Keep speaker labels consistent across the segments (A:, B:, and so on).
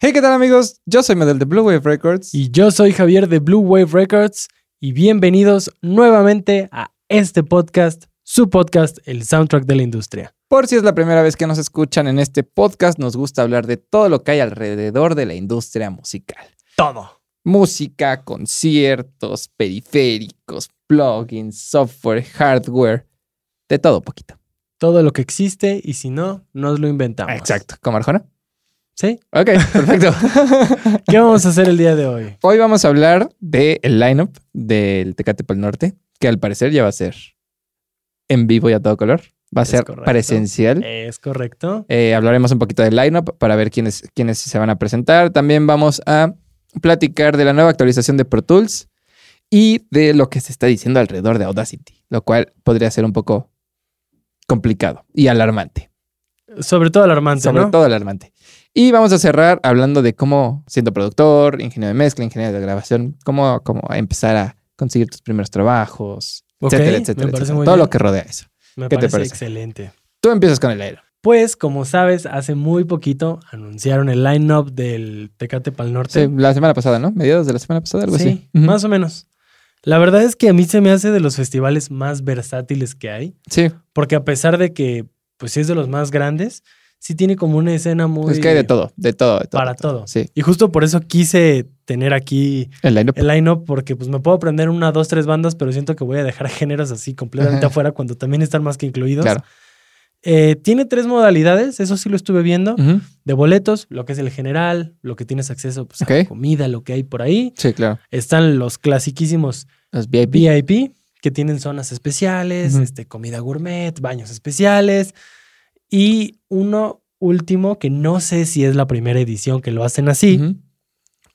A: Hey, ¿qué tal amigos? Yo soy Medel de Blue Wave Records.
B: Y yo soy Javier de Blue Wave Records y bienvenidos nuevamente a este podcast, su podcast, el soundtrack de la industria.
A: Por si es la primera vez que nos escuchan en este podcast, nos gusta hablar de todo lo que hay alrededor de la industria musical.
B: Todo.
A: Música, conciertos, periféricos, plugins, software, hardware, de todo poquito.
B: Todo lo que existe y si no, nos lo inventamos.
A: ¿Como Arjona?
B: ¿Sí?
A: Ok, perfecto.
B: ¿Qué vamos a hacer el día de hoy?
A: Hoy vamos a hablar del lineup del Tecate Pal Norte, que al parecer ya va a ser en vivo y a todo color. Va a
B: Es
A: ser
B: correcto.
A: presencial.
B: Es correcto.
A: Eh, hablaremos un poquito del lineup para ver quiénes, quiénes se van a presentar. También vamos a platicar de la nueva actualización de Pro Tools y de lo que se está diciendo alrededor de Audacity, lo cual podría ser un poco complicado y alarmante,
B: Sobre todo alarmante,
A: sobre
B: ¿no?
A: todo alarmante. Y vamos a cerrar hablando de cómo, siendo productor, ingeniero de mezcla, ingeniero de grabación, cómo, cómo empezar a conseguir tus primeros trabajos,
B: Ok,
A: etcétera,
B: me
A: etcétera,
B: parece
A: etcétera.
B: muy
A: Todo
B: bien.
A: lo que rodea eso.
B: Me
A: ¿Qué te
B: parece,
A: parece?
B: excelente.
A: Tú empiezas con el aire.
B: Pues, como sabes, hace muy poquito anunciaron el line-up del Tecate Pal Norte.
A: Sí, la semana pasada, ¿no? Mediados de la semana pasada, algo
B: sí,
A: así. Ujú.
B: más o menos. La verdad es que a mí se me hace de los festivales más versátiles que hay,
A: Sí,
B: porque a pesar de que, pues sí es de los más grandes, sí tiene como una escena muy...
A: Es que hay de todo, de todo, de todo.
B: Para
A: de todo.
B: todo.
A: Sí,
B: Y justo por eso quise tener aquí
A: el lineup.
B: el line-up, porque pues me puedo aprender una, dos, tres bandas, pero siento que voy a dejar géneros así completamente
A: Ajá.
B: afuera cuando también están más que incluidos.
A: Claro.
B: Eh, tiene tres modalidades, eso sí lo estuve viendo,
A: Ujú.
B: de boletos, lo que es el general, lo que tienes acceso pues, a
A: Ok.
B: la comida, lo que hay por ahí.
A: Sí, claro.
B: Están los clasiquísimos
A: Los VIP.
B: VIP que tienen zonas especiales,
A: Ujú.
B: este, comida gourmet, baños especiales y uno último que no sé si es la primera edición que lo hacen así
A: Ujú.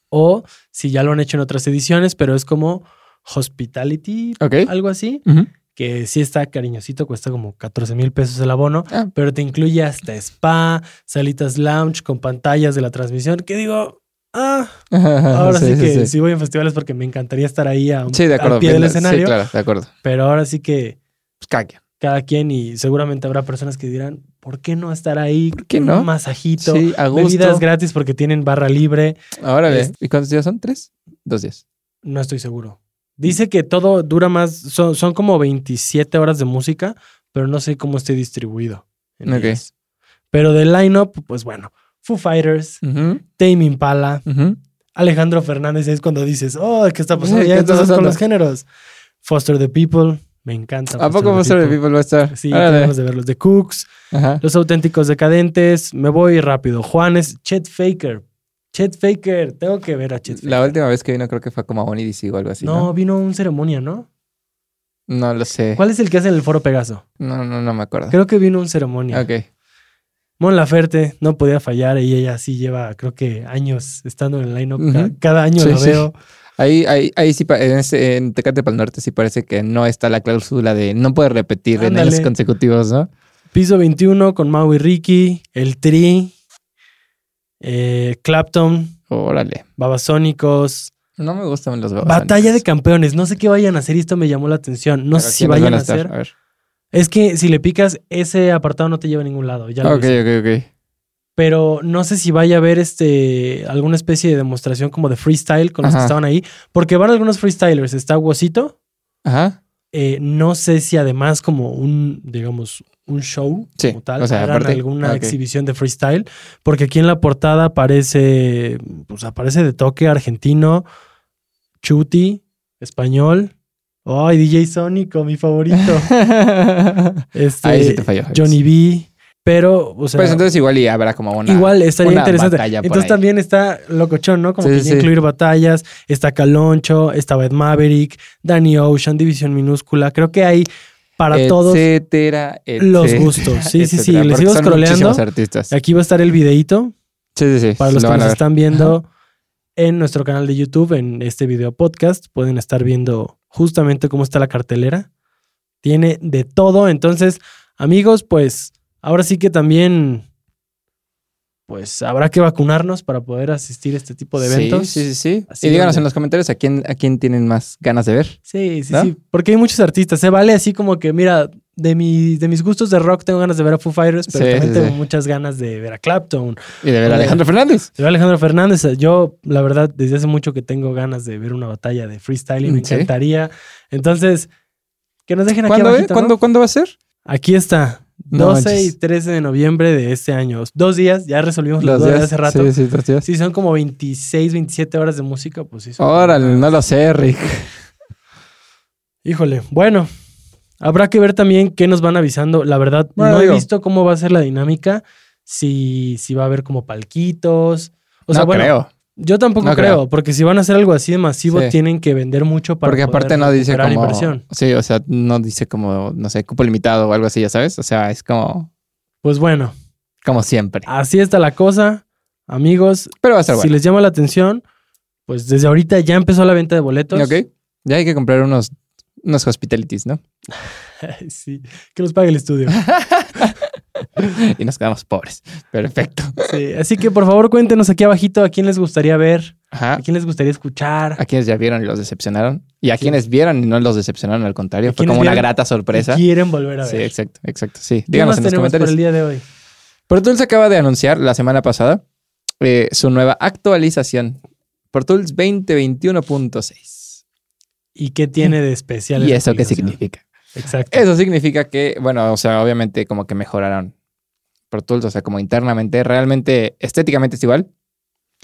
B: o si ya lo han hecho en otras ediciones, pero es como hospitality,
A: Ok.
B: algo así,
A: Ujú.
B: que sí está cariñosito, cuesta como 14 mil pesos el abono,
A: Ah.
B: pero te incluye hasta spa, salitas lounge con pantallas de la transmisión, que digo, ah, ahora sí, que sí.
A: Sí,
B: voy a festivales porque me encantaría estar ahí a, un-
A: Sí, de acuerdo.
B: al pie del
A: bien,
B: escenario.
A: Sí, claro, de acuerdo.
B: Pero ahora sí que
A: Pues cague.
B: cada quien y seguramente habrá personas que dirán, ¿por qué no estar ahí? ¿Por
A: qué no?
B: Un masajito,
A: Sí, a gusto.
B: bebidas Este. gratis porque tienen barra libre.
A: Órale.
B: Es-
A: ¿Y cuántos días son? ¿Tres? Dos días.
B: No estoy seguro. Dice que todo dura más, son, son como 27 horas de música, pero no sé cómo esté distribuido. en
A: Ok.
B: ellas. Pero del line-up, pues bueno, Foo Fighters,
A: Ujú,
B: Tame Impala,
A: ujú.
B: Alejandro Fernández, es cuando dices, oh, ¿qué está pasando?
A: Sí,
B: ya
A: ¿qué está
B: entonces con
A: pasando?
B: los géneros. Foster the People, me encanta.
A: ¿A poco Foster the People va a estar?
B: Sí,
A: Órale.
B: tenemos de ver los de Cooks,
A: Ajá.
B: Los auténticos decadentes. Me voy rápido. Juanes, Chet Faker. Chet Faker. Tengo que ver a Chet Faker.
A: La última vez que vino creo que fue como a Bonnie DC o algo así,
B: no,
A: ¿no?
B: vino un ceremonia, ¿no?
A: No lo sé.
B: ¿Cuál es el que hace en el Foro Pegaso?
A: No, no, no me acuerdo.
B: Creo que vino un ceremonia.
A: Ok.
B: Mon Laferte no podía fallar y ella sí lleva, creo que años estando en el line-up. Ca- cada,
A: Ujú.
B: año
A: Sí,
B: la
A: sí.
B: veo.
A: Ahí, ahí, ahí sí, pa- en, ese, en Tecate Pal Norte sí parece que no está la cláusula de no puedes repetir en años
B: Ándale.
A: consecutivos, ¿no?
B: Piso 21 con Mau y Ricky, El Tri, eh, Clapton,
A: Órale.
B: Babasónicos,
A: No me gustan los babasónicos.
B: Batalla de Campeones. No sé qué vayan a hacer y esto me llamó la atención. No
A: Pero
B: sé si
A: ¿quiénes van
B: vayan a
A: estar?
B: hacer.
A: A ver.
B: Es que si le picas, ese apartado no te lleva a ningún lado, ya lo
A: Ok,
B: hice.
A: ok, ok.
B: Pero no sé si vaya a haber este, alguna especie de demostración como de freestyle con los que
A: Ajá.
B: estaban ahí. Porque van algunos freestylers. Está Wosito.
A: Ajá.
B: eh, no sé si además como un, digamos, un show
A: Sí,
B: como tal,
A: o sea,
B: hagan
A: aparte-
B: alguna
A: ok.
B: exhibición de freestyle. Porque aquí en la portada aparece, pues aparece de toque argentino, chuti, español. Ay, DJ Sónico, mi favorito. Este,
A: Ahí sí te falló. Javis.
B: Johnny B. Pero, o sea,
A: Pues entonces igual y habrá como una.
B: igual estaría
A: una
B: interesante.
A: batalla por
B: Entonces
A: ahí.
B: también está Locochón, ¿no? Como
A: Sí,
B: que
A: sí,
B: ya
A: sí.
B: incluir batallas. Está Caloncho, está Bad Maverick, Danny Ocean, División Minúscula. Creo que hay para todos
A: Etcétera, etcétera.
B: los gustos. Sí, sí, sí.
A: Eh, etcétera,
B: Les
A: porque
B: sigo
A: son
B: scrolleando.
A: muchísimos artistas.
B: Aquí va a estar el videíto
A: Sí, sí, sí.
B: para los
A: lo
B: que
A: van a
B: nos
A: ver.
B: están viendo en nuestro canal de YouTube, en este video podcast. Pueden estar viendo justamente cómo está la cartelera. Tiene de todo. Entonces, amigos, pues ahora sí que también, pues habrá que vacunarnos para poder asistir a este tipo de
A: Sí,
B: eventos.
A: Sí, sí, sí.
B: Así
A: y díganos
B: donde-
A: en los comentarios a quién, a quién tienen más ganas de ver.
B: Sí, sí,
A: ¿No?
B: sí, porque hay muchos artistas. Se vale así como que, mira, de, mi- de mis gustos de rock tengo ganas de ver a Foo Fighters, pero
A: Sí,
B: también
A: sí,
B: tengo
A: sí.
B: muchas ganas de ver a Clapton.
A: Y de ver a Alejandro Fernández.
B: De ver a Alejandro Fernández, yo la verdad desde hace mucho que tengo ganas de ver una batalla de freestyle y me
A: Mm, sí.
B: encantaría. Entonces, que nos dejen aquí
A: ¿Cuándo, eh?
B: abajito, ¿no?
A: ¿Cuándo, ¿Cuándo va a ser?
B: Aquí está.
A: No
B: 12 y
A: manches.
B: 13 de noviembre de este año. Dos días, ya resolvimos los
A: Los
B: dos de
A: días.
B: hace rato.
A: Sí, sí, los días.
B: Si son como 26, 27 horas de música, pues sí. son-
A: Órale, no lo sé, Rick.
B: Híjole, bueno. Habrá que ver también qué nos van avisando. La verdad,
A: Bueno,
B: no he
A: digo-
B: visto cómo va a ser la dinámica. Si, si va a haber como palquitos. O sea,
A: no
B: bueno,
A: creo.
B: yo tampoco
A: No
B: creo,
A: creo.
B: porque si van a hacer algo así de masivo,
A: Sí.
B: tienen que vender mucho para
A: Porque
B: poder
A: aparte no dice
B: recuperar
A: como...
B: inversión.
A: Sí, o sea, no dice como, no sé, cupo limitado o algo así, ya sabes. O sea, es como,
B: Pues bueno,
A: como siempre.
B: así está la cosa. Amigos,
A: Pero va a ser
B: Ah, si
A: bueno.
B: les llama la atención, pues desde ahorita ya empezó la venta de boletos.
A: Ok. Ya hay que comprar unos, unos hospitalities, ¿no?
B: sí, que los pague el estudio.
A: Y nos quedamos pobres. Perfecto.
B: Sí, así que por favor cuéntenos aquí abajito a quién les gustaría ver,
A: Ajá.
B: a quién les gustaría escuchar,
A: A quienes ya vieron y los decepcionaron. Y a
B: Sí.
A: quienes vieron y no los decepcionaron, al contrario.
B: ¿A
A: Fue
B: quienes
A: como una
B: vieron?
A: grata
B: y
A: sorpresa.
B: quieren volver a
A: Sí,
B: ver.
A: exacto, exacto. Sí,
B: ¿Qué
A: díganos
B: más
A: en los
B: tenemos para
A: comentarios.
B: el día de hoy?
A: Pro Tools acaba de anunciar la semana pasada eh, su nueva actualización. Pro Tools 2021.6.
B: ¿Y qué tiene de especial?
A: ¿Y
B: esa
A: eso qué
B: aplicación?
A: significa?
B: Exacto.
A: Eso significa que, bueno, o sea, obviamente como que mejoraron Pro Tools, o sea, como internamente, realmente estéticamente es igual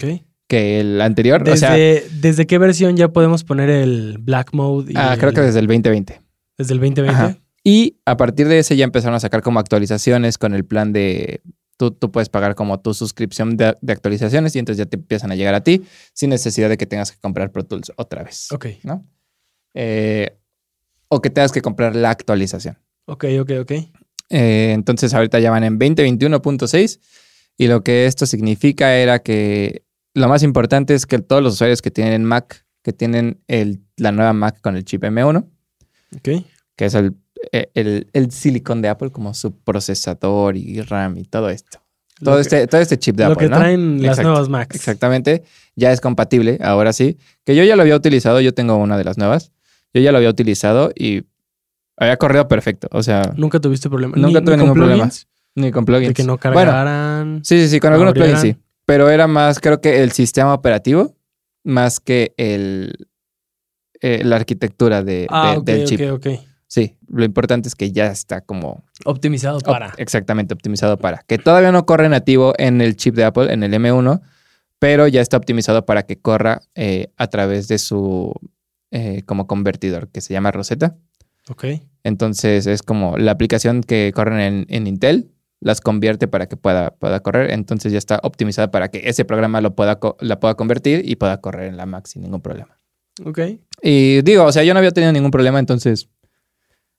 B: Ok.
A: que el anterior.
B: Desde,
A: o sea,
B: ¿Desde qué versión ya podemos poner el Black Mode? y
A: ah,
B: el-
A: creo que desde el 2020.
B: desde el 2020.
A: Ajá. Y a partir de ese ya empezaron a sacar como actualizaciones con el plan de... Tú, tú puedes pagar como tu suscripción de, de actualizaciones y entonces ya te empiezan a llegar a ti sin necesidad de que tengas que comprar Pro Tools otra vez.
B: Ok,
A: ¿no? Eh, o que tengas que comprar la actualización.
B: ok, ok, ok.
A: Eh, entonces ahorita ya van en 2021.6 y lo que esto significa era que lo más importante es que todos los usuarios que tienen Mac, que tienen el, la nueva Mac con el chip M1,
B: Ok.
A: que es el, eh, el, el silicón de Apple, como su procesador y RAM y todo esto. Todo,
B: Lo que-
A: este, todo este chip de
B: lo
A: Apple,
B: que
A: ¿no?
B: traen las
A: Exacto,
B: nuevas Macs.
A: Exactamente. Ya es compatible, ahora sí. Que yo ya lo había utilizado, yo tengo una de las nuevas. Yo ya lo había utilizado y había corrido perfecto. O sea,
B: Nunca tuviste problema.
A: Nunca tuve
B: con
A: ningún problema.
B: plugins,
A: ni con
B: De
A: plugins.
B: que no
A: Bueno,
B: cargaran.
A: sí, sí, sí, con
B: no
A: algunos
B: abrieran.
A: plugins sí. Pero era más, creo que el sistema operativo más que el, eh, la arquitectura de,
B: ah,
A: de-
B: ok,
A: del chip.
B: ok, ok.
A: Sí, lo importante es que ya está como
B: Optimizado
A: Op-
B: para.
A: Exactamente, optimizado para. Que todavía no corre nativo en el chip de Apple, en el M1, pero ya está optimizado para que corra eh, a través de su eh, como convertidor que se llama Rosetta.
B: Ok.
A: Entonces es como la aplicación que corren en, en Intel las convierte para que pueda, pueda correr. Entonces ya está optimizada para que ese programa lo pueda co- la pueda convertir y pueda correr en la Mac sin ningún problema.
B: Ok.
A: Y digo, o sea, yo no había tenido ningún problema, entonces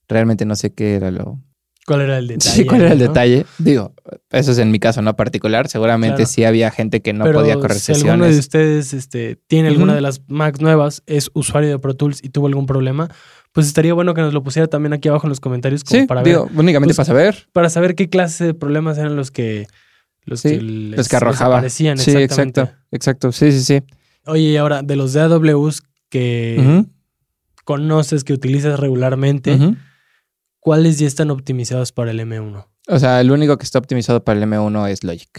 A: realmente no sé qué era lo,
B: ¿Cuál era el detalle?
A: Sí, ¿cuál era el
B: no?
A: detalle? Digo, eso es en mi caso no particular. Seguramente
B: Claro.
A: sí había gente que no
B: Pero
A: podía correr
B: si alguno de
A: sesiones.
B: ustedes este, tiene alguna
A: Ujú.
B: de las Macs nuevas, es usuario de Pro Tools y tuvo algún problema, pues estaría bueno que nos lo pusiera también aquí abajo en los comentarios como
A: Sí,
B: para ver,
A: digo, únicamente
B: pues,
A: para saber.
B: para saber qué clase de problemas eran los que los
A: Sí,
B: que les,
A: Los que
B: les
A: arrojaba.
B: aparecían,
A: Sí,
B: exactamente.
A: exacto. Exacto. Sí, sí, sí.
B: Oye, y ahora de los DAWs que
A: Ujú,
B: conoces, que utilizas regularmente,
A: ujú.
B: ¿cuáles ya están optimizados para el M1?
A: O sea, el único que está optimizado para el M1 es Logic.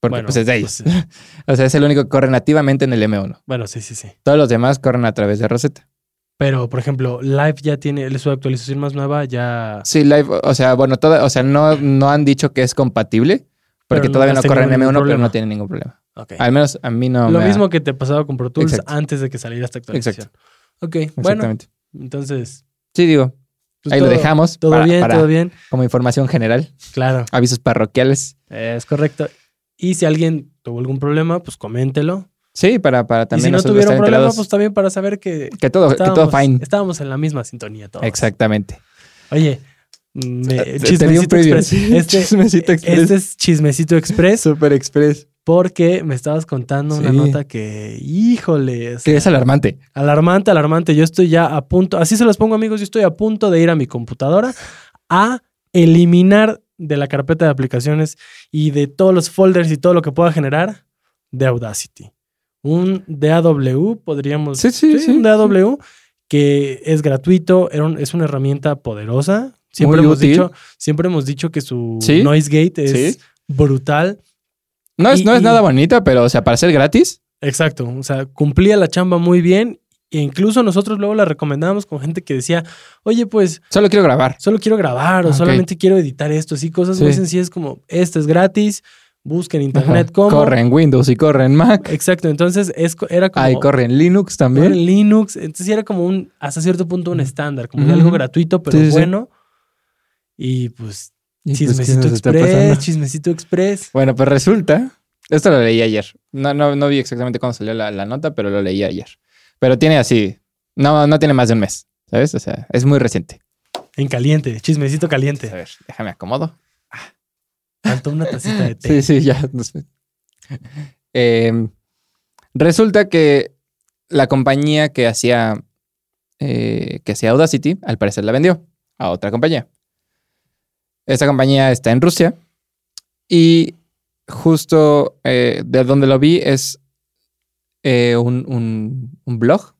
A: Porque
B: Bueno,
A: pues es de ellos.
B: pues,
A: O sea, es el único que corre nativamente en el M1.
B: bueno, sí, sí, sí.
A: Todos los demás corren a través de Rosetta.
B: Pero, por ejemplo, Live ya tiene su actualización más nueva, ya.
A: Sí, Live, o sea, bueno, toda, o sea, no, no han dicho que es compatible
B: Pero
A: porque
B: no
A: todavía
B: has
A: no
B: tenido
A: corre en M1,
B: ningún
A: pero
B: problema.
A: no tiene ningún problema.
B: Ok.
A: Al menos a mí no
B: Lo
A: me ha-
B: mismo que te pasaba con Pro Tools
A: Exacto.
B: antes de que saliera esta actualización. Ok, bueno,
A: Exactamente.
B: entonces.
A: Sí, digo,
B: pues,
A: Ahí lo
B: todo-
A: dejamos.
B: Todo
A: para-
B: bien,
A: para-
B: todo bien.
A: Como información general,
B: Claro,
A: avisos parroquiales.
B: es correcto. Y si alguien tuvo algún problema, pues coméntelo.
A: Sí, para, para
B: Y si
A: también
B: no
A: nosotros
B: tuvieron
A: estar
B: problema,
A: enterados
B: pues también para saber que
A: que todo, que todo
B: estábamos,
A: fine.
B: estábamos en la misma sintonía todos.
A: Exactamente.
B: Oye, me-
A: Eh, te- te di un
B: chismecito
A: preview.
B: express. Este,
A: Chismecito express.
B: este es chismecito express
A: Super Express.
B: porque me estabas contando una
A: Sí.
B: nota que, híjole, o sea,
A: Que es alarmante.
B: Alarmante, alarmante. Yo estoy ya a punto, así se los pongo amigos, yo estoy a punto de ir a mi computadora a eliminar de la carpeta de aplicaciones y de todos los folders y todo lo que pueda generar de Audacity. Un DAW, podríamos
A: Sí, sí, sí.
B: un DAW que es gratuito, era un- es una herramienta poderosa. Siempre,
A: Muy
B: hemos
A: útil.
B: dicho, siempre hemos dicho que su
A: Sí.
B: noise gate es
A: Sí.
B: brutal.
A: No es,
B: Y-
A: no es
B: y-
A: nada bonita, pero, o sea, para ser gratis,
B: Exacto. O sea, cumplía la chamba muy bien. E incluso nosotros luego la recomendábamos con gente que decía, oye, pues
A: solo quiero grabar.
B: solo quiero grabar o
A: Ah, Ok.
B: solamente quiero editar esto. Así cosas
A: Sí.
B: muy sencillas como, esta es gratis, busquen internet
A: Ajá.
B: como.
A: Corre en Windows y corre en Mac.
B: Exacto. Entonces es, co- era como.
A: Ah, y corre en Linux
B: Ahora
A: también.
B: en Linux. Entonces sí era como un, hasta cierto punto un estándar, como de
A: Ujú.
B: algo gratuito, pero
A: Sí, sí, sí.
B: bueno. Y pues,
A: Y, pues, ¿qué
B: chismecito
A: nos está
B: express,
A: pasando?
B: chismecito express.
A: Bueno, pues resulta, esto lo leí ayer. No, no, no vi exactamente cuándo salió la, la nota, pero lo leí ayer. Pero tiene así, no, no tiene más de un mes, ¿sabes? O sea, es muy reciente.
B: En caliente, chismecito
A: A
B: caliente.
A: ver, déjame acomodo.
B: Faltó una tacita de té.
A: Sí, sí, ya. no sé. Eh, resulta que la compañía que hacía eh, que hacía Audacity, al parecer la vendió a otra compañía. Esta compañía está en Rusia y justo eh, de donde lo vi es eh, un, un- un blog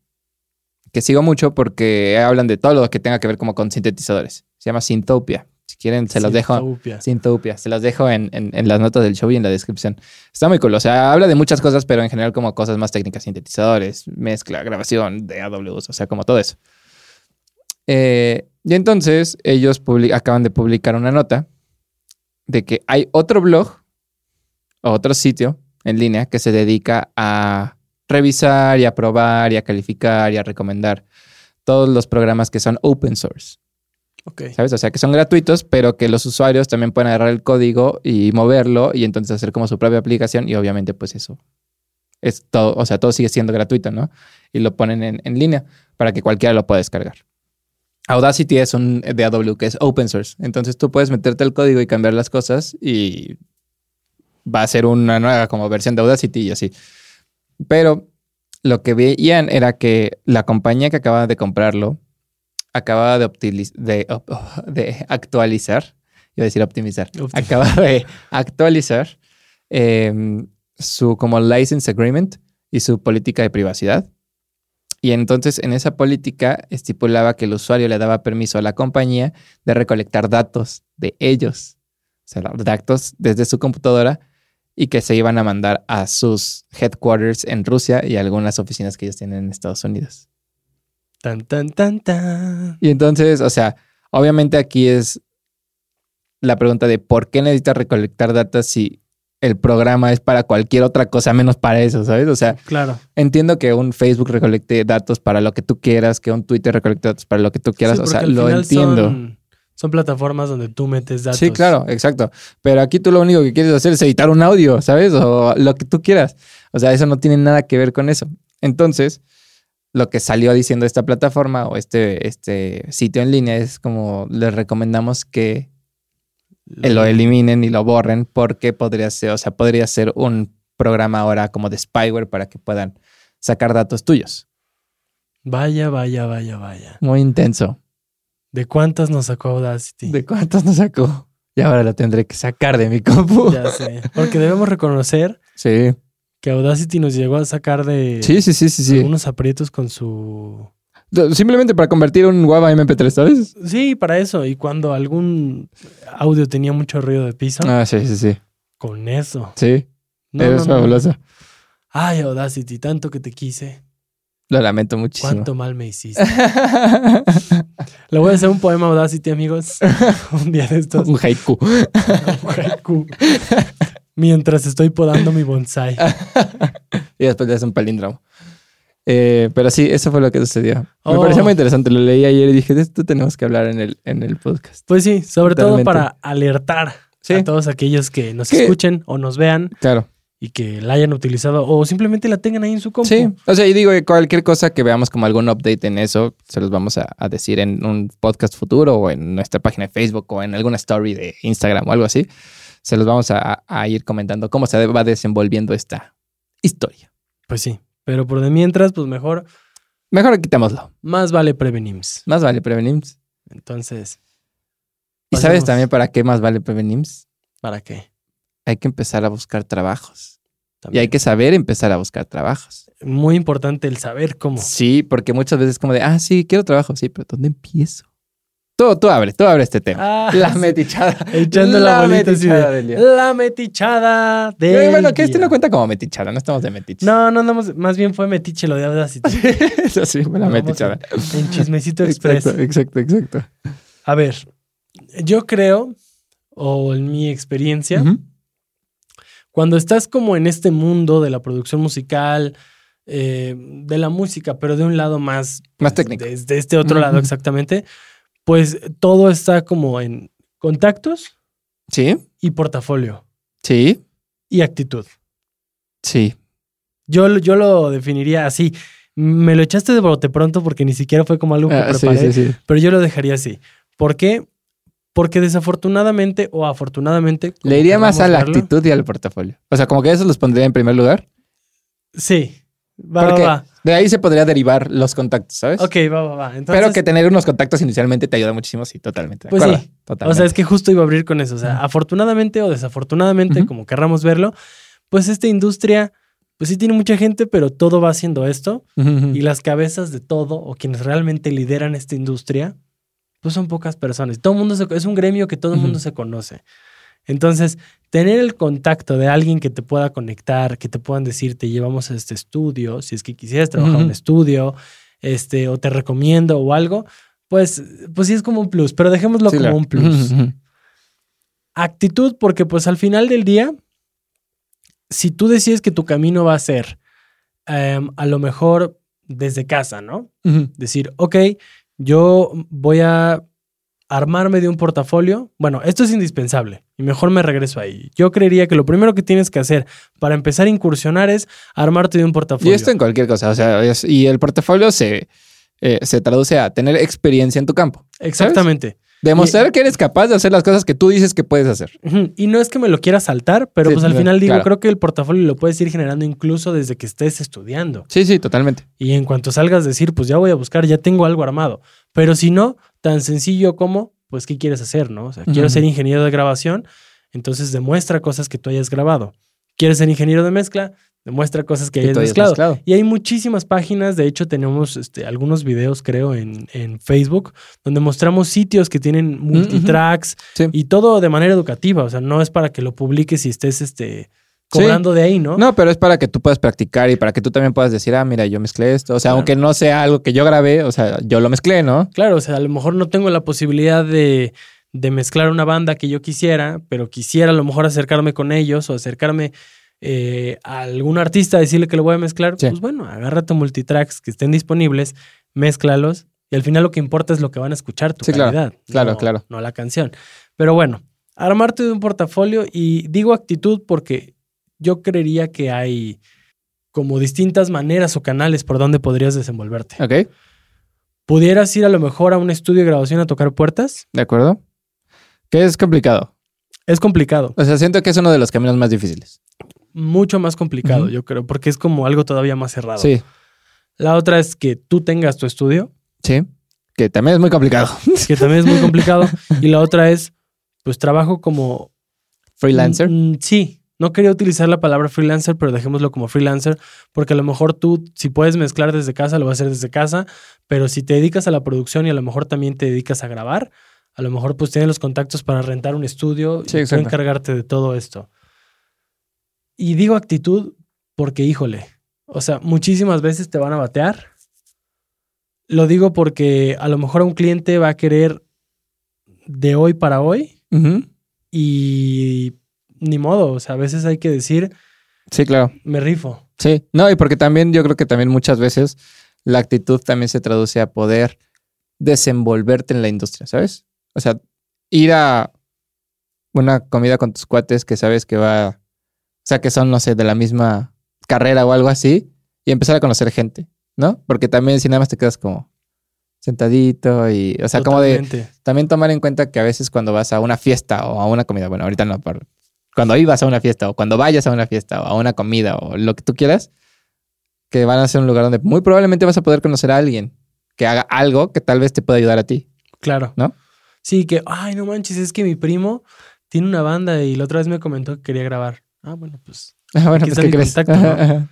A: que sigo mucho porque hablan de todo lo que tenga que ver como con sintetizadores. Se llama Sintopia. Si quieren, se los dejo.
B: Sintopia.
A: Sintopia. Se las dejo en, en- en las notas del show y en la descripción. Está muy cool. O sea, habla de muchas cosas, pero en general como cosas más técnicas, sintetizadores, mezcla, grabación, de AWS, o sea, como todo eso. Eh, y entonces ellos publi- acaban de publicar una nota de que hay otro blog o otro sitio en línea que se dedica a revisar y a probar y a calificar y a recomendar todos los programas que son open source.
B: Ok.
A: ¿Sabes? O sea, que son gratuitos, pero que los usuarios también pueden agarrar el código y moverlo y entonces hacer como su propia aplicación y obviamente pues eso es todo, o sea, todo sigue siendo gratuito, ¿no? Y lo ponen en, en línea para que cualquiera lo pueda descargar. Audacity es un de AW que es open source, entonces tú puedes meterte el código y cambiar las cosas y va a ser una nueva como versión de Audacity y así. Pero lo que veían era que la compañía que acababa de comprarlo acababa de, optili- de, op- de actualizar, iba a decir optimizar,
B: Optim-
A: acaba de actualizar em, su como license agreement y su política de privacidad. Y entonces en esa política estipulaba que el usuario le daba permiso a la compañía de recolectar datos de ellos, o sea, los datos desde su computadora y que se iban a mandar a sus headquarters en Rusia y a algunas oficinas que ellos tienen en Estados Unidos.
B: Tan, tan, tan, tan.
A: Y entonces, o sea, obviamente aquí es la pregunta de por qué necesitas recolectar data si el programa es para cualquier otra cosa menos para eso, ¿sabes? O sea,
B: Claro.
A: entiendo que un Facebook recolecte datos para lo que tú quieras, que un Twitter recolecte datos para lo que tú quieras,
B: Sí,
A: o
B: porque
A: sea,
B: al
A: lo
B: final
A: entiendo.
B: Son, son plataformas donde tú metes datos.
A: Sí, claro, exacto. Pero aquí tú lo único que quieres hacer es editar un audio, ¿sabes? O lo que tú quieras. O sea, eso no tiene nada que ver con eso. Entonces, lo que salió diciendo esta plataforma o este, este sitio en línea es como les recomendamos que lo eliminen y lo borren porque podría ser, o sea, podría ser un programa ahora como de spyware para que puedan sacar datos tuyos.
B: Vaya, vaya, vaya, vaya.
A: Muy intenso.
B: ¿De cuántas nos sacó Audacity?
A: ¿De cuántos nos sacó? Y ahora lo tendré que sacar de mi compu.
B: Ya sé. Porque debemos reconocer
A: Sí.
B: que Audacity nos llegó a sacar de
A: Sí, sí, sí, sí, sí.
B: unos aprietos con su.
A: Do- Simplemente para convertir un WAV a MP3, ¿sabes?
B: Sí, para eso. Y cuando algún audio tenía mucho ruido de piso,
A: Ah, sí, sí, sí.
B: con eso.
A: Sí,
B: No, no,
A: eres
B: no, no.
A: fabulosa.
B: Ay, Audacity, tanto que te quise.
A: Lo lamento muchísimo.
B: Cuánto mal me hiciste. Le voy a hacer un poema a Audacity, amigos. un día de estos.
A: un haiku.
B: haiku. Mientras estoy podando mi bonsai.
A: Y después le haces un palíndromo. Eh, pero sí, eso fue lo que sucedió. Me
B: Oh.
A: pareció muy interesante. Lo leí ayer y dije, de esto tenemos que hablar en el, en el podcast.
B: Pues sí, sobre todo
A: Totalmente.
B: para alertar
A: Sí.
B: a todos aquellos que nos
A: ¿Qué?
B: escuchen o nos vean
A: Claro.
B: y que la hayan utilizado o simplemente la tengan ahí en su compu.
A: Sí. O sea, y digo que cualquier cosa que veamos como algún update en eso, se los vamos a, a decir en un podcast futuro o en nuestra página de Facebook o en alguna story de Instagram o algo así. Se los vamos a, a ir comentando cómo se va desenvolviendo esta historia.
B: Pues sí, pero por de mientras, pues mejor,
A: Mejor quitémoslo.
B: más vale prevenimos.
A: Más vale prevenimos.
B: Entonces,
A: ¿Y sabes
B: Pasemos.
A: también para qué más vale prevenimos?
B: ¿para qué?
A: Hay que empezar a buscar trabajos. Y
B: También.
A: hay que saber empezar a buscar trabajos.
B: Muy importante el saber cómo.
A: Sí, porque muchas veces como de, ah, sí, quiero trabajo, sí, pero ¿dónde empiezo? Tú, tú abre, tú abre este tema.
B: Ah,
A: la metichada.
B: Echando la, bolita así de,
A: metichada del día.
B: La metichada del
A: Eh, bueno, que este
B: día".
A: no cuenta como metichada, no estamos de metiche.
B: No, no andamos, más bien fue metiche lo de Audacity.
A: Eso sí, fue la
B: Andamos
A: metichada.
B: En, en Chismecito Express.
A: Exacto, exacto, exacto.
B: A ver, yo creo, o en mi experiencia,
A: Ujú.
B: cuando estás como en este mundo de la producción musical, eh, de la música, pero de un lado más...
A: Más
B: pues,
A: técnico.
B: De, de este otro lado
A: Ujú.
B: exactamente, pues todo está como en contactos
A: Sí,
B: y portafolio
A: sí,
B: y actitud.
A: sí.
B: Yo, lo- yo lo definiría así. Me lo echaste de bote pronto porque ni siquiera fue como algo que
A: Ah, sí,
B: preparé,
A: sí, sí.
B: pero yo lo dejaría así. ¿Por qué? Porque desafortunadamente o afortunadamente... como
A: Le iría más a la
B: queramos verlo,
A: actitud y al portafolio. O sea, como que eso los pondría en primer lugar.
B: Sí. Va, va,
A: Porque-
B: va.
A: De ahí se podría derivar los contactos, ¿sabes?
B: Ok, va, va, va. Entonces,
A: Pero que tener unos contactos inicialmente te ayuda muchísimo, sí, totalmente. de
B: Pues
A: acuerdo,
B: sí. O
A: Totalmente.
B: sea, es que justo iba a abrir con eso. O sea,
A: Ujú.
B: afortunadamente o desafortunadamente,
A: Ujú.
B: como querramos verlo, pues esta industria, pues sí tiene mucha gente, pero todo va haciendo esto.
A: Ujú, ujú.
B: Y las cabezas de todo, o quienes realmente lideran esta industria, pues son pocas personas. Todo mundo se- es un gremio que todo el
A: Ujú.
B: mundo se conoce. Entonces, tener el contacto de alguien que te pueda conectar, que te puedan decir, te llevamos a este estudio, si es que quisieras trabajar en
A: Ujú.
B: un estudio, este, o te recomiendo o algo, pues, pues sí es como un plus, pero dejémoslo
A: Sí,
B: como
A: claro.
B: un plus.
A: Ujú, ujú.
B: Actitud, porque pues al final del día, si tú decides que tu camino va a ser, em, a lo mejor desde casa, ¿no?
A: Ujú.
B: decir, ok, yo voy a armarme de un portafolio. Bueno, esto es indispensable y mejor me regreso ahí. Yo creería que lo primero que tienes que hacer para empezar a incursionar es armarte de un portafolio.
A: Y esto en cualquier cosa. O sea, es- y el portafolio se, eh, se traduce a tener experiencia en tu campo.
B: Exactamente.
A: Demostrar que eres capaz de hacer las cosas que tú dices que puedes hacer.
B: Ujú. Y no es que me lo quiera saltar, pero
A: Sí,
B: pues al
A: no,
B: final digo,
A: claro.
B: creo que el portafolio lo puedes ir generando incluso desde que estés estudiando.
A: Sí, sí, totalmente.
B: Y en cuanto salgas, decir, pues ya voy a buscar, ya tengo algo armado. Pero si no, tan sencillo como, pues, ¿qué quieres hacer, no? O sea, quiero
A: Ujú.
B: ser ingeniero de grabación, entonces demuestra cosas que tú hayas grabado. ¿Quieres ser ingeniero de mezcla? Demuestra cosas que
A: Que
B: hayas
A: tú hayas
B: mezclado.
A: mezclado.
B: Y hay muchísimas páginas, de hecho tenemos este, algunos videos creo en, en Facebook, donde mostramos sitios que tienen multitracks
A: Sí.
B: y todo de manera educativa, o sea, no es para que lo publiques y estés este,
A: Sí.
B: cobrando de ahí, ¿no?
A: No, pero es para que tú puedas practicar y para que tú también puedas decir, ah, mira, yo mezclé esto. O sea,
B: Claro.
A: aunque no sea algo que yo grabé, o sea, yo lo mezclé, ¿no?
B: Claro, o sea, a lo mejor no tengo la posibilidad de, de mezclar una banda que yo quisiera, pero quisiera a lo mejor acercarme con ellos o acercarme eh, a algún artista, decirle que lo voy a mezclar.
A: Sí.
B: Pues bueno, agárrate multitracks que estén disponibles, mézclalos y al final lo que importa es lo que van a escuchar, tu
A: Sí, claro,
B: calidad.
A: claro,
B: no-
A: claro.
B: No la canción. Pero bueno, armarte de un portafolio y digo actitud porque yo creería que hay como distintas maneras o canales por donde podrías desenvolverte
A: Ok,
B: pudieras ir a lo mejor a un estudio de grabación a tocar puertas,
A: de acuerdo. Que es complicado.
B: es complicado,
A: O sea, siento que es uno de los caminos más difíciles.
B: mucho más complicado,
A: Ujú.
B: yo creo, porque es como algo todavía más cerrado.
A: Sí,
B: La otra es que tú tengas tu estudio,
A: sí. Que también es muy complicado.
B: que también es muy complicado, y la otra es, pues trabajo como...
A: Freelancer.
B: Mm, mm, sí, no quería utilizar la palabra freelancer, pero dejémoslo como freelancer, porque a lo mejor tú, si puedes mezclar desde casa, lo vas a hacer desde casa, pero si te dedicas a la producción y a lo mejor también te dedicas a grabar, a lo mejor pues tienes los contactos para rentar un estudio
A: Sí,
B: y tú
A: exacto.
B: encargarte de todo esto. Y digo actitud porque, híjole, o sea, muchísimas veces te van a batear. Lo digo porque a lo mejor un cliente va a querer de hoy para hoy
A: Ujú.
B: y ni modo, o sea, a veces hay que decir,
A: Sí, claro.
B: me rifo.
A: Sí, no, y porque también yo creo que también muchas veces la actitud también se traduce a poder desenvolverte en la industria, ¿sabes? O sea, ir a una comida con tus cuates que sabes que va, o sea, que son, no sé, de la misma carrera o algo así, y empezar a conocer gente, ¿no? Porque también si nada más te quedas como sentadito y, o sea, como de,
B: totalmente.
A: también tomar en cuenta que a veces cuando vas a una fiesta o a una comida, bueno, ahorita no, pero cuando ibas a una fiesta o cuando vayas a una fiesta o a una comida o lo que tú quieras, que van a ser un lugar donde muy probablemente vas a poder conocer a alguien que haga algo que tal vez te pueda ayudar a ti.
B: Claro.
A: ¿No?
B: Sí, que, ay, no manches, es que mi primo tiene una banda y la otra vez me comentó que quería grabar. Ah, bueno, pues
A: Ah, bueno,
B: Aquí
A: pues
B: está
A: ¿qué
B: mi
A: crees?
B: contacto, ¿no?
A: Ajá, ajá.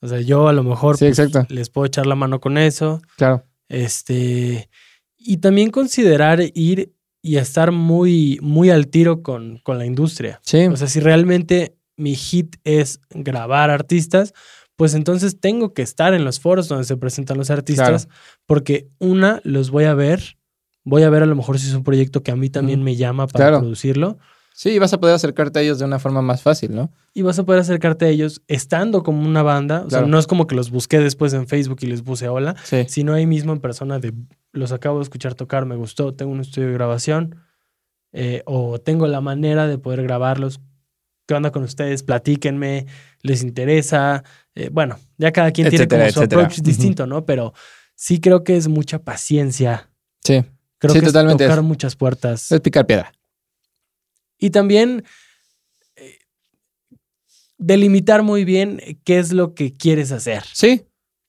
B: O sea, yo a lo mejor
A: Sí,
B: pues,
A: exacto.
B: les puedo echar la mano con eso.
A: Claro.
B: Este. Y también considerar ir y estar muy, muy al tiro con, con la industria.
A: Sí.
B: O sea, si realmente mi hit es grabar artistas, pues entonces tengo que estar en los foros donde se presentan los artistas, porque una, los voy a ver, voy a ver a lo mejor si es un proyecto que a mí también
A: Mm.
B: me llama para
A: Claro.
B: producirlo,
A: sí, vas a poder acercarte a ellos de una forma más fácil, ¿no?
B: y vas a poder acercarte a ellos estando como una banda, o
A: Claro.
B: sea, no es como que los busqué después en Facebook y les puse hola,
A: Sí.
B: sino ahí mismo en persona de, los acabo de escuchar tocar, me gustó, tengo un estudio de grabación, eh, o tengo la manera de poder grabarlos. ¿Qué onda con ustedes? Platíquenme, les interesa. Eh, bueno, ya cada quien
A: Etcétera,
B: tiene como su
A: etcétera.
B: approach
A: Ujú.
B: distinto, ¿no? Pero sí creo que es mucha paciencia.
A: Sí.
B: Creo
A: Sí,
B: que es
A: totalmente. Eh.
B: tocar muchas puertas.
A: Es picar piedra.
B: Y también eh, delimitar muy bien qué es lo que quieres hacer.
A: Sí.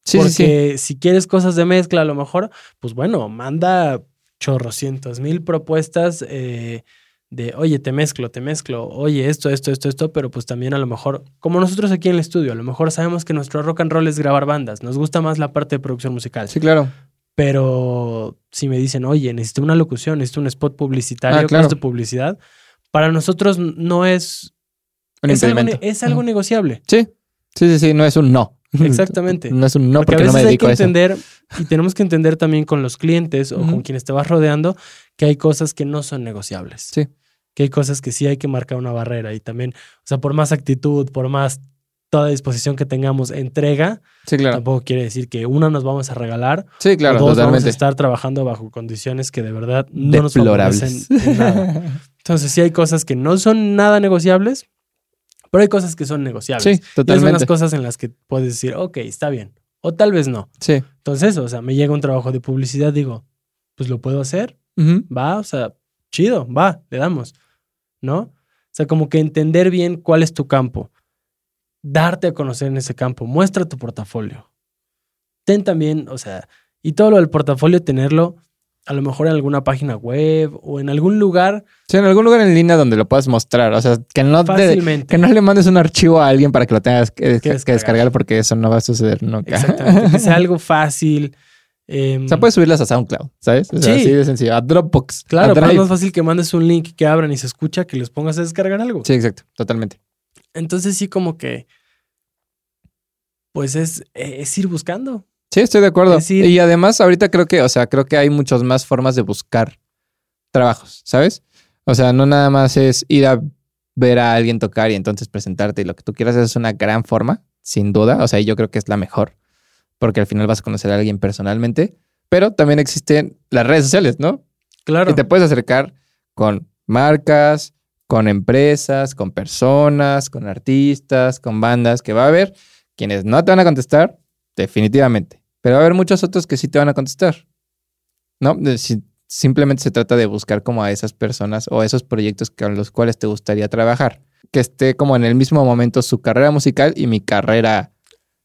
A: Sí,
B: Porque
A: sí, sí.
B: si quieres cosas de mezcla, a lo mejor, pues bueno, manda chorrocientos mil propuestas eh, de, oye, te mezclo, te mezclo, oye, esto, esto, esto, esto, pero pues también a lo mejor, como nosotros aquí en el estudio, a lo mejor sabemos que nuestro rock and roll es grabar bandas, nos gusta más la parte de producción musical,
A: Sí, claro.
B: pero si me dicen, oye, necesito una locución, necesito un spot publicitario,
A: Ah, claro.
B: costo de publicidad, para nosotros no es...
A: Un
B: es algo,
A: impedimento.
B: ne- es algo
A: Ujú.
B: negociable.
A: Sí. Sí, sí, sí. No es un no.
B: Exactamente.
A: No es un no
B: porque,
A: porque,
B: a
A: no me
B: veces hay
A: dedico
B: que
A: a eso.
B: entender y tenemos que entender también con los clientes o
A: Ujú.
B: con quienes te vas rodeando que hay cosas que no son negociables.
A: Sí.
B: Que hay cosas que sí hay que marcar una barrera y también, o sea, por más actitud, por más toda disposición que tengamos, entrega,
A: Sí, claro.
B: tampoco quiere decir que una nos vamos a regalar
A: Sí, claro,
B: o dos vamos a
A: totalmente.
B: estar trabajando bajo condiciones que de verdad no nos favorecen
A: Deplorables.
B: en nada. Entonces, sí hay cosas que no son nada negociables, pero hay cosas que son negociables.
A: sí,
B: Y esas son las
A: totalmente.
B: cosas en las que puedes decir, ok, está bien, o tal vez no.
A: Sí.
B: Entonces, o sea, me llega un trabajo de publicidad, digo, pues lo puedo hacer,
A: Ujú.
B: va, o sea, chido, va, le damos, ¿no? O sea, como que entender bien cuál es tu campo, darte a conocer en ese campo, muestra tu portafolio. Ten también, o sea, y todo lo del portafolio, tenerlo a lo mejor en alguna página web o en algún lugar
A: Sí, en algún lugar en línea donde lo puedas mostrar. O sea, que no, te,
B: fácilmente.
A: que no le mandes un archivo a alguien para que lo tengas que, desca- que
B: descargar.
A: descargar porque eso no va a suceder nunca.
B: Exactamente, que sea algo fácil. em,
A: O sea, puedes subirlas a SoundCloud, ¿sabes? O sea,
B: Sí.
A: así de sencillo. A Dropbox.
B: Claro,
A: a
B: pero es
A: Drive.
B: más fácil que mandes un link que abran y se escucha que les pongas a descargar algo.
A: Sí, exacto. Totalmente.
B: Entonces sí como que, pues es, eh, es ir buscando.
A: Sí, estoy de acuerdo.
B: Es decir-
A: y además, ahorita creo que, o sea, creo que hay muchas más formas de buscar trabajos, ¿sabes? O sea, no nada más es ir a ver a alguien tocar y entonces presentarte y lo que tú quieras es una gran forma, sin duda. O sea, yo creo que es la mejor, porque al final vas a conocer a alguien personalmente. Pero también existen las redes sociales, ¿no?
B: Claro.
A: Y te puedes acercar con marcas, con empresas, con personas, con artistas, con bandas, que va a haber quienes no te van a contestar, definitivamente. Pero va a haber muchos otros que sí te van a contestar. ¿No? De- si- simplemente se trata de buscar como a esas personas o a esos proyectos con los cuales te gustaría trabajar. Que esté como en el mismo momento su carrera musical y mi carrera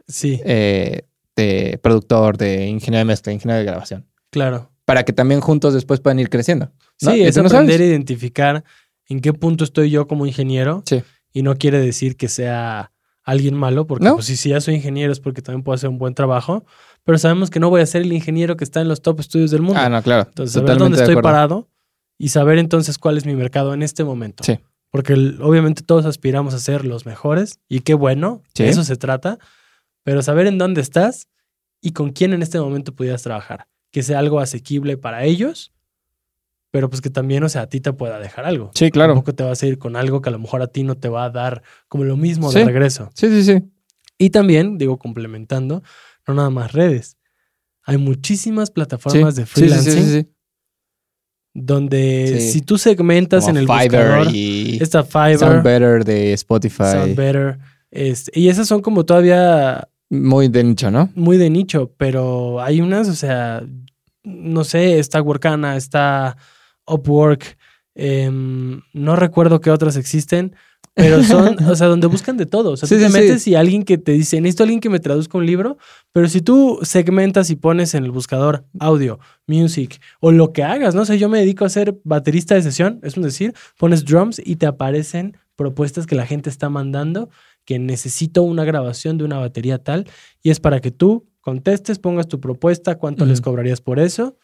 B: Sí,
A: eh, de productor, de ingeniero de mezcla, ingeniero de grabación.
B: claro.
A: Para que también juntos después puedan ir creciendo.
B: Sí,
A: ¿no? Y
B: es
A: tú no sabes.
B: aprender a identificar en qué punto estoy yo como ingeniero.
A: Sí.
B: Y no quiere decir que sea alguien malo, porque
A: No.
B: pues, si, si ya soy ingeniero es porque también puedo hacer un buen trabajo, pero sabemos que no voy a ser el ingeniero que está en los top estudios del mundo.
A: Ah, no, claro.
B: Entonces, saber dónde
A: de
B: estoy
A: acuerdo.
B: parado y saber entonces cuál es mi mercado en este momento.
A: Sí.
B: Porque el- obviamente todos aspiramos a ser los mejores y qué bueno,
A: Sí.
B: de eso se trata, pero saber en dónde estás y con quién en este momento pudieras trabajar, que sea algo asequible para ellos, pero pues que también, o sea, a ti te pueda dejar algo.
A: Sí, claro.
B: Tampoco te vas a ir con algo que a lo mejor a ti no te va a dar como lo mismo de
A: Sí.
B: regreso.
A: Sí, sí, sí.
B: Y también, digo, complementando, no nada más redes. Hay muchísimas plataformas
A: sí.
B: de freelancing
A: Sí, sí, sí, sí.
B: donde
A: Sí.
B: si tú segmentas
A: Como
B: en el
A: Fiverr
B: buscador,
A: y
B: está Fiverr,
A: Sound
B: Sound Better,
A: Better de Spotify.
B: este, y esas son como todavía
A: Muy de nicho, ¿no?
B: muy de nicho, pero hay unas, o sea, no sé, está Workana, está Upwork, em, no recuerdo qué otras existen, pero son, o sea, donde buscan de todo. O sea,
A: Sí,
B: tú te
A: sí, sí.
B: metes y alguien que te dice, necesito alguien que me traduzca un libro, pero si tú segmentas y pones en el buscador audio, music o lo que hagas, no sé, yo me dedico a ser baterista de sesión, es un decir, pones drums y te aparecen propuestas que la gente está mandando que necesito una grabación de una batería tal y es para que tú contestes, pongas tu propuesta, cuánto les
A: Ujú.
B: cobrarías por eso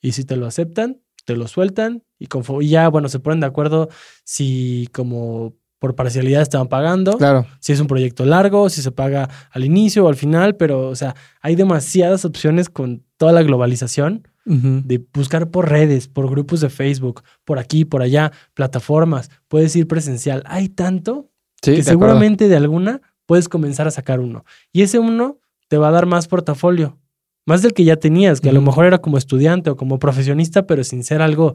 B: Y si te lo aceptan, te lo sueltan y, confo- y ya, bueno, se ponen de acuerdo si como por parcialidad estaban pagando,
A: Claro.
B: si es un proyecto largo, si se paga al inicio o al final, pero, o sea, hay demasiadas opciones con toda la globalización de buscar por redes, por grupos de Facebook, por aquí, por allá, plataformas, puedes ir presencial. Hay tanto
A: Sí,
B: que
A: de acuerdo.
B: seguramente de alguna puedes comenzar a sacar uno. Y ese uno te va a dar más portafolio, más del que ya tenías, que a lo
A: Ujú.
B: mejor era como estudiante o como profesionista, pero sin ser algo,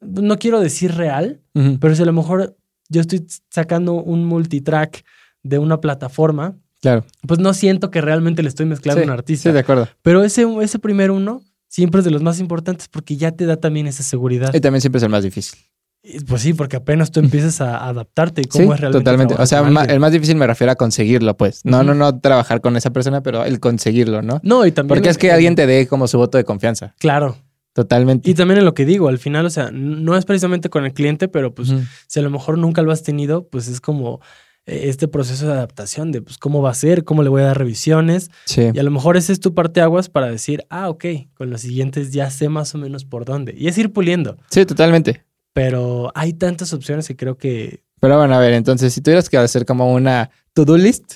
B: no quiero decir real,
A: Ujú.
B: pero si a lo mejor yo estoy sacando un multitrack de una plataforma,
A: Claro.
B: pues no siento que realmente le estoy mezclando a
A: Sí,
B: un
A: Sí,
B: artista.
A: de acuerdo.
B: Pero ese, ese primer uno siempre es de los más importantes porque ya te da también esa seguridad.
A: Y también siempre es el más difícil.
B: Y, Pues sí, porque apenas tú empiezas a adaptarte y cómo
A: Sí,
B: es realmente.
A: totalmente. O
B: trabajar
A: sea,
B: con
A: ma-
B: alguien.
A: el más difícil me refiero a conseguirlo, pues. No,
B: Ujú.
A: no, no trabajar con esa persona, pero el conseguirlo, ¿no?
B: No, y también.
A: Porque es que
B: eh,
A: alguien te dé como su voto de confianza.
B: Claro.
A: Totalmente.
B: Y también en lo que digo, al final, o sea, n- no es precisamente con el cliente, pero pues
A: Ujú.
B: si a lo mejor nunca lo has tenido, pues es como eh, este proceso de adaptación de pues cómo va a ser, cómo le voy a dar revisiones.
A: Sí.
B: Y a lo mejor ese es tu parteaguas para decir, ah, ok, con los siguientes ya sé más o menos por dónde. Y es ir puliendo.
A: Sí, totalmente.
B: Pero hay tantas opciones que creo que
A: Pero bueno, a ver, entonces, si tuvieras que hacer como una to-do list,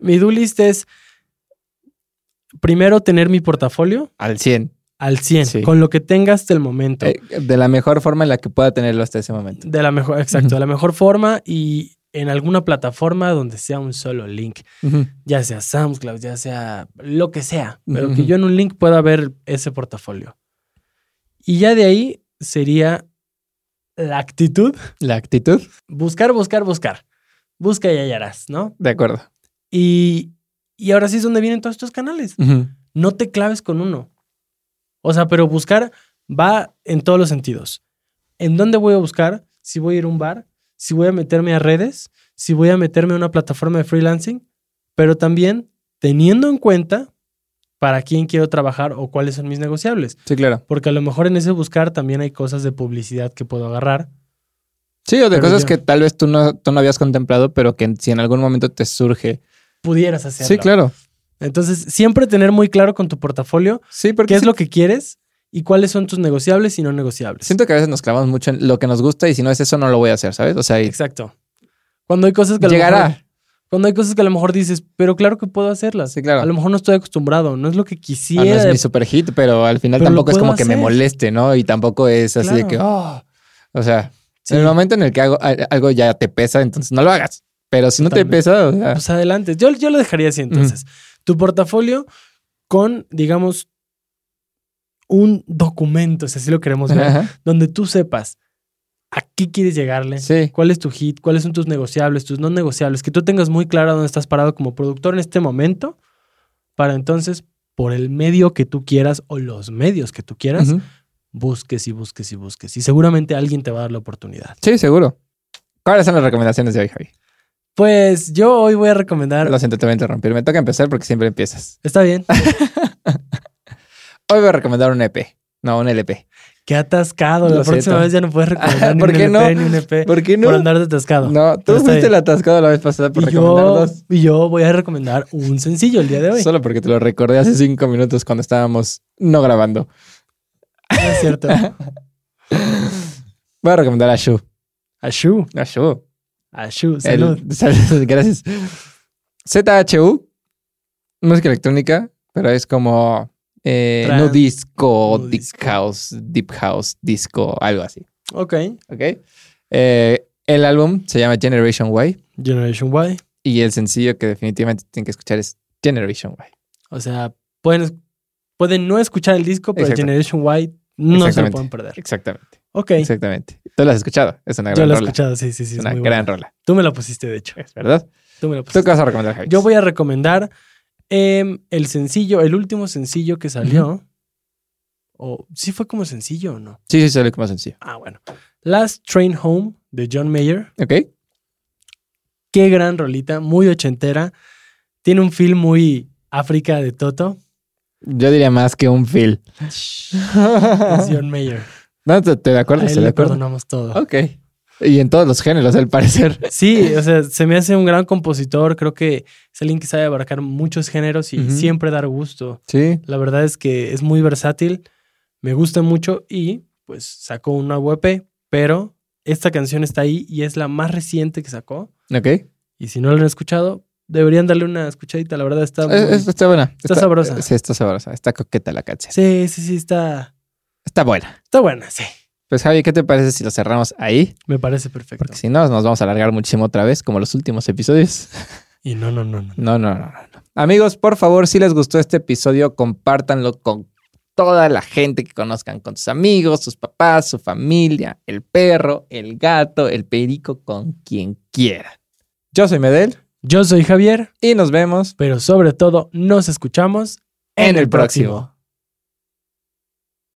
B: Mi do list es primero tener mi portafolio
A: al 100.
B: al 100,
A: Sí.
B: con lo que tenga hasta el momento.
A: eh, de la mejor forma en la que pueda tenerlo hasta ese momento.
B: De la mejor, exacto, de la mejor forma y en alguna plataforma donde sea un solo link,
A: Ujú.
B: ya sea SoundCloud, ya sea lo que sea, pero
A: Ujú.
B: que yo en un link pueda ver ese portafolio. Y ya de ahí sería la actitud,
A: La actitud,
B: buscar, buscar, buscar. Busca y hallarás, ¿no?
A: de acuerdo.
B: Y, y ahora sí es donde vienen todos estos canales.
A: Ujú.
B: no te claves con uno. O sea, pero buscar va en todos los sentidos. ¿En dónde voy a buscar? Si voy a ir a un bar, si voy a meterme a redes, si voy a meterme a una plataforma de freelancing, pero también teniendo en cuenta para quién quiero trabajar o cuáles son mis negociables.
A: Sí, claro.
B: Porque a lo mejor en ese buscar también hay cosas de publicidad que puedo agarrar.
A: Sí, o de
B: Pero
A: cosas
B: ya.
A: que tal vez tú no, tú no habías contemplado, pero que en- si en algún momento te surge.
B: Pudieras hacerlo.
A: Sí, claro.
B: Entonces, siempre tener muy claro con tu portafolio
A: Sí, porque
B: qué es
A: sí-
B: lo que quieres y cuáles son tus negociables y no negociables.
A: siento que a veces nos clavamos mucho en lo que nos gusta y si no es eso, no lo voy a hacer, ¿sabes? O sea, y
B: Exacto. Cuando hay cosas que a lo mejor-
A: llegará.
B: cuando hay cosas que a lo mejor dices, pero claro que puedo hacerlas.
A: Sí, claro.
B: A lo mejor no estoy acostumbrado, no es lo que
A: Ah,
B: quisiera.
A: no es
B: de-
A: mi super hit, pero al final
B: Pero lo
A: tampoco es
B: puedo
A: como que me
B: hacer.
A: moleste, ¿no? Y tampoco es así de que, oh, o sea,
B: Sí.
A: en el momento en el que hago, al- algo ya te pesa, entonces no lo hagas. Pero si no te
B: Totalmente.
A: pesa, o sea,
B: Pues adelante. Yo, yo lo dejaría así entonces. Tu portafolio con, digamos, un documento, si así lo queremos ver,
A: ajá,
B: donde tú sepas a qué quieres llegarle,
A: sí,
B: cuál es tu hit, cuáles son tus negociables, tus no negociables, que tú tengas muy claro dónde estás parado como productor en este momento, para entonces, por el medio que tú quieras o los medios que tú quieras,
A: ujú.
B: busques y busques y busques. Y seguramente alguien te va a dar la oportunidad.
A: sí, seguro. ¿Cuáles son las recomendaciones de hoy, Javi?
B: Pues yo hoy voy a recomendar.
A: Lo siento, te voy a interrumpir. Me toca empezar porque siempre empiezas.
B: Está bien.
A: Hoy voy a recomendar un EP, no, un LP.
B: Qué atascado. La
A: Lo
B: próxima
A: siento.
B: vez ya no puedes recomendar ni
A: ¿Por
B: un
A: qué
B: LP
A: no?
B: ni un EP
A: ¿Por qué no?
B: Eh, por andar de atascado.
A: No, tú
B: Pero está
A: fuiste
B: bien.
A: el atascado la vez pasada por
B: y,
A: recomendar
B: yo,
A: dos.
B: y yo voy a recomendar un sencillo el día de hoy.
A: Solo porque te lo recordé hace cinco minutos cuando estábamos no grabando.
B: No es cierto.
A: Voy a recomendar a Shu.
B: Ashu.
A: A Shu.
B: Ashu.
A: El-
B: Salud.
A: salud, gracias. ZHU, música electrónica, pero es como eh,
B: Trans-
A: no disco,
B: nu
A: deep
B: disco.
A: house, deep house, disco, algo así.
B: Ok.
A: ¿Ok? Eh, el álbum se llama Generation Y
B: Generation Y.
A: y el sencillo que definitivamente tienen que escuchar es Generation Y.
B: O sea, pueden, pueden no escuchar el disco, pero
A: Exacto.
B: Generation Y no se lo
A: Exactamente.
B: pueden perder.
A: Exactamente,
B: Ok.
A: exactamente. Tú lo has escuchado, es una
B: Yo
A: gran
B: lo he
A: rola.
B: escuchado. Sí, sí,
A: Es
B: sí. es
A: una
B: muy bueno.
A: gran rola,
B: Tú me la pusiste, de hecho.
A: es verdad.
B: Tú me la
A: ¿Tú
B: pusiste.
A: qué vas a recomendar, Javi?
B: Yo voy a recomendar em, el sencillo, el último sencillo que salió. O sí fue como sencillo o no.
A: Sí, sí, sale como sencillo.
B: Ah, bueno. Last Train Home de John Mayer.
A: ¿Ok?
B: Qué gran rolita, muy ochentera. Tiene un feel muy África de Toto.
A: Yo diría más que un feel.
B: Es John Mayer.
A: No, te, te de acuerdo,
B: A
A: estoy
B: él
A: de
B: le
A: acuerdo.
B: perdonamos todo.
A: Ok. Y en todos los géneros, al parecer.
B: Sí, o sea, se me hace un gran compositor. Creo que es alguien que sabe abarcar muchos géneros y
A: Ujú.
B: siempre dar gusto.
A: Sí.
B: La verdad es que es muy versátil. me gusta mucho y pues sacó una VP, pero esta canción está ahí y es la más reciente que sacó.
A: Ok.
B: Y si no la han escuchado, deberían darle una escuchadita, la verdad está... muy-
A: Es- es- está buena.
B: está sabrosa.
A: Sí, está sabrosa. Está coqueta la canción.
B: Sí, sí, sí, está,
A: Está buena.
B: está buena, sí.
A: Pues Javi, ¿qué te parece si lo cerramos ahí?
B: Me parece perfecto.
A: Porque si no, nos vamos a alargar muchísimo otra vez, como los últimos episodios.
B: Y no, no, no, no.
A: No, no, no, no, no. Amigos, por favor, si les gustó este episodio, compártanlo con toda la gente que conozcan, con sus amigos, sus papás, su familia, el perro, el gato, el perico, con quien quieran. Yo soy Medel
B: Yo soy Javier,
A: y nos vemos
B: pero sobre todo nos escuchamos
A: en el próximo.